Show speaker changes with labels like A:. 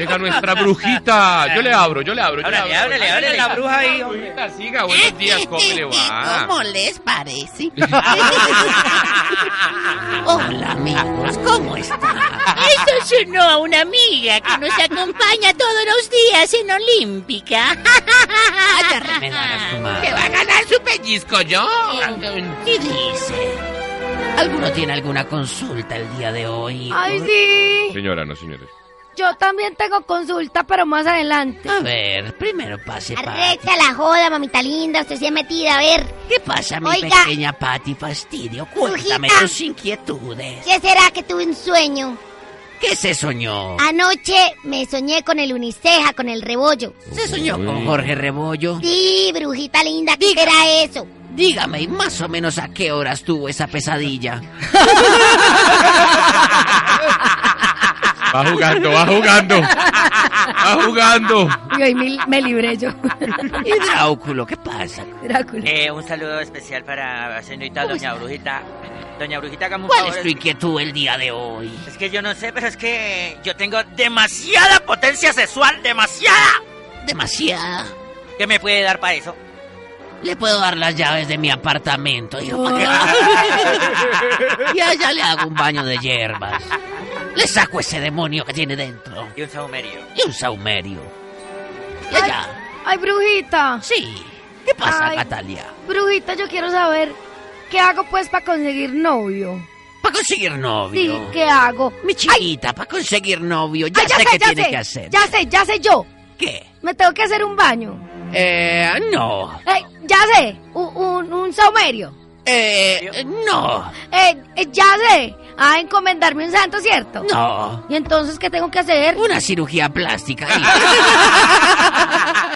A: Llega nuestra brujita. Yo le abro, yo le abro. Yo
B: Ábrale,
A: le abro.
B: ábrale, ábrale Pues la bruja ahí, hombre.
A: Brujita, siga, buenos días, ¿cómo le va?
C: ¿Cómo les parece? Hola amigos, ¿cómo están?
D: Esto sonó a una amiga que nos acompaña todos los días en Olímpica.
C: Agárreme de las
A: ¿Te
C: tomadas.
A: va a ganar su pellizco yo?
C: ¿Qué dice? ¿Alguno tiene alguna consulta el día de hoy?
E: Ay, sí.
A: Señora, no, señores.
E: Yo también tengo consulta, pero más adelante.
C: A ver, primero pase, Pati.
F: Arrecha la joda, mamita linda, usted se ha metido, a ver.
C: ¿Qué pasa, mi
F: Oiga.
C: pequeña Pati Fastidio? Cuéntame
F: Brujita.
C: tus inquietudes.
F: ¿Qué será que tuve un sueño?
C: ¿Qué se soñó?
F: Anoche me soñé con el uniceja, con el rebollo.
C: ¿Se soñó
A: Uy.
C: con Jorge Rebollo?
F: Sí, brujita linda, ¿qué será eso?
C: Dígame, ¿y más o menos a qué horas tuvo esa pesadilla?
A: Va jugando, va jugando. Va jugando.
E: Y hoy me, me libré yo.
C: ¿Y Dráuculo, qué pasa?
E: Drácula.
B: Eh, un saludo especial para la señorita Doña Brujita. Doña Brujita, hagamos un
C: ¿Cuál
B: favor.
C: es tu inquietud el día de hoy?
B: Es que yo no sé, pero es que yo tengo demasiada potencia sexual, demasiada,
C: Demasiada.
B: ¿Qué me puede dar para eso.
C: Le puedo dar las llaves de mi apartamento. hijo, para que- y allá le hago un baño de hierbas. Le saco ese demonio que tiene dentro.
B: Y un saumerio.
C: Y un saumerio. Y allá.
E: Ay, brujita.
C: Sí. ¿Qué pasa,
E: Ay.
C: Natalia?
E: Brujita, yo quiero saber qué hago pues para conseguir novio.
C: Para conseguir
E: Sí,
C: novio.
E: ¿qué hago?
C: Mi chiquita, para conseguir novio. Ya,
E: Ay,
C: sé, qué tiene que hacer.
E: Ya sé, ya sé yo.
C: ¿Qué?
E: Me tengo que hacer un baño.
C: Eh, no.
E: Eh, ya sé, un, un, un saumerio.
C: Eh, no.
E: Eh, eh, ya sé, a encomendarme un santo, ¿cierto?
C: No.
E: ¿Y entonces qué tengo que hacer?
C: Una cirugía plástica. hija.